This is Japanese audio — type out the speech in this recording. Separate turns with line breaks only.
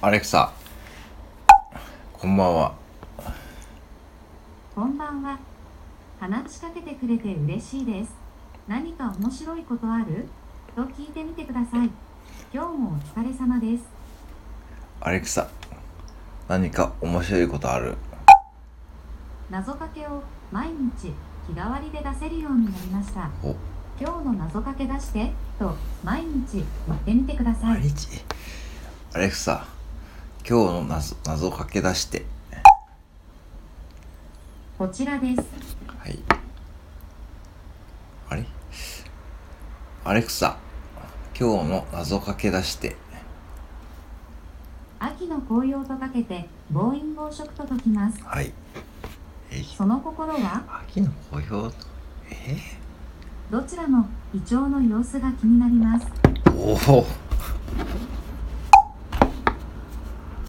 アレクサ、こんばんは。
こんばんは。話しかけてくれて嬉しいです。何か面白いことあると聞いてみてください。今日もお疲れ様です。
アレクサ、何か面白いことある
謎かけを毎日日替わりで出せるようになりました。
お、
今日の謎かけ出してと毎日言ってみてくださ
毎
い。
日アレクサ、今日の謎、謎かけ出して。
こちらです。
はい。あれアレクサ、今日の謎かけ出して。
秋の紅葉とかけて暴飲暴食と解きます。
はい。えい、
その心は
秋の紅葉え
どちらも胃腸の様子が気になります。
おお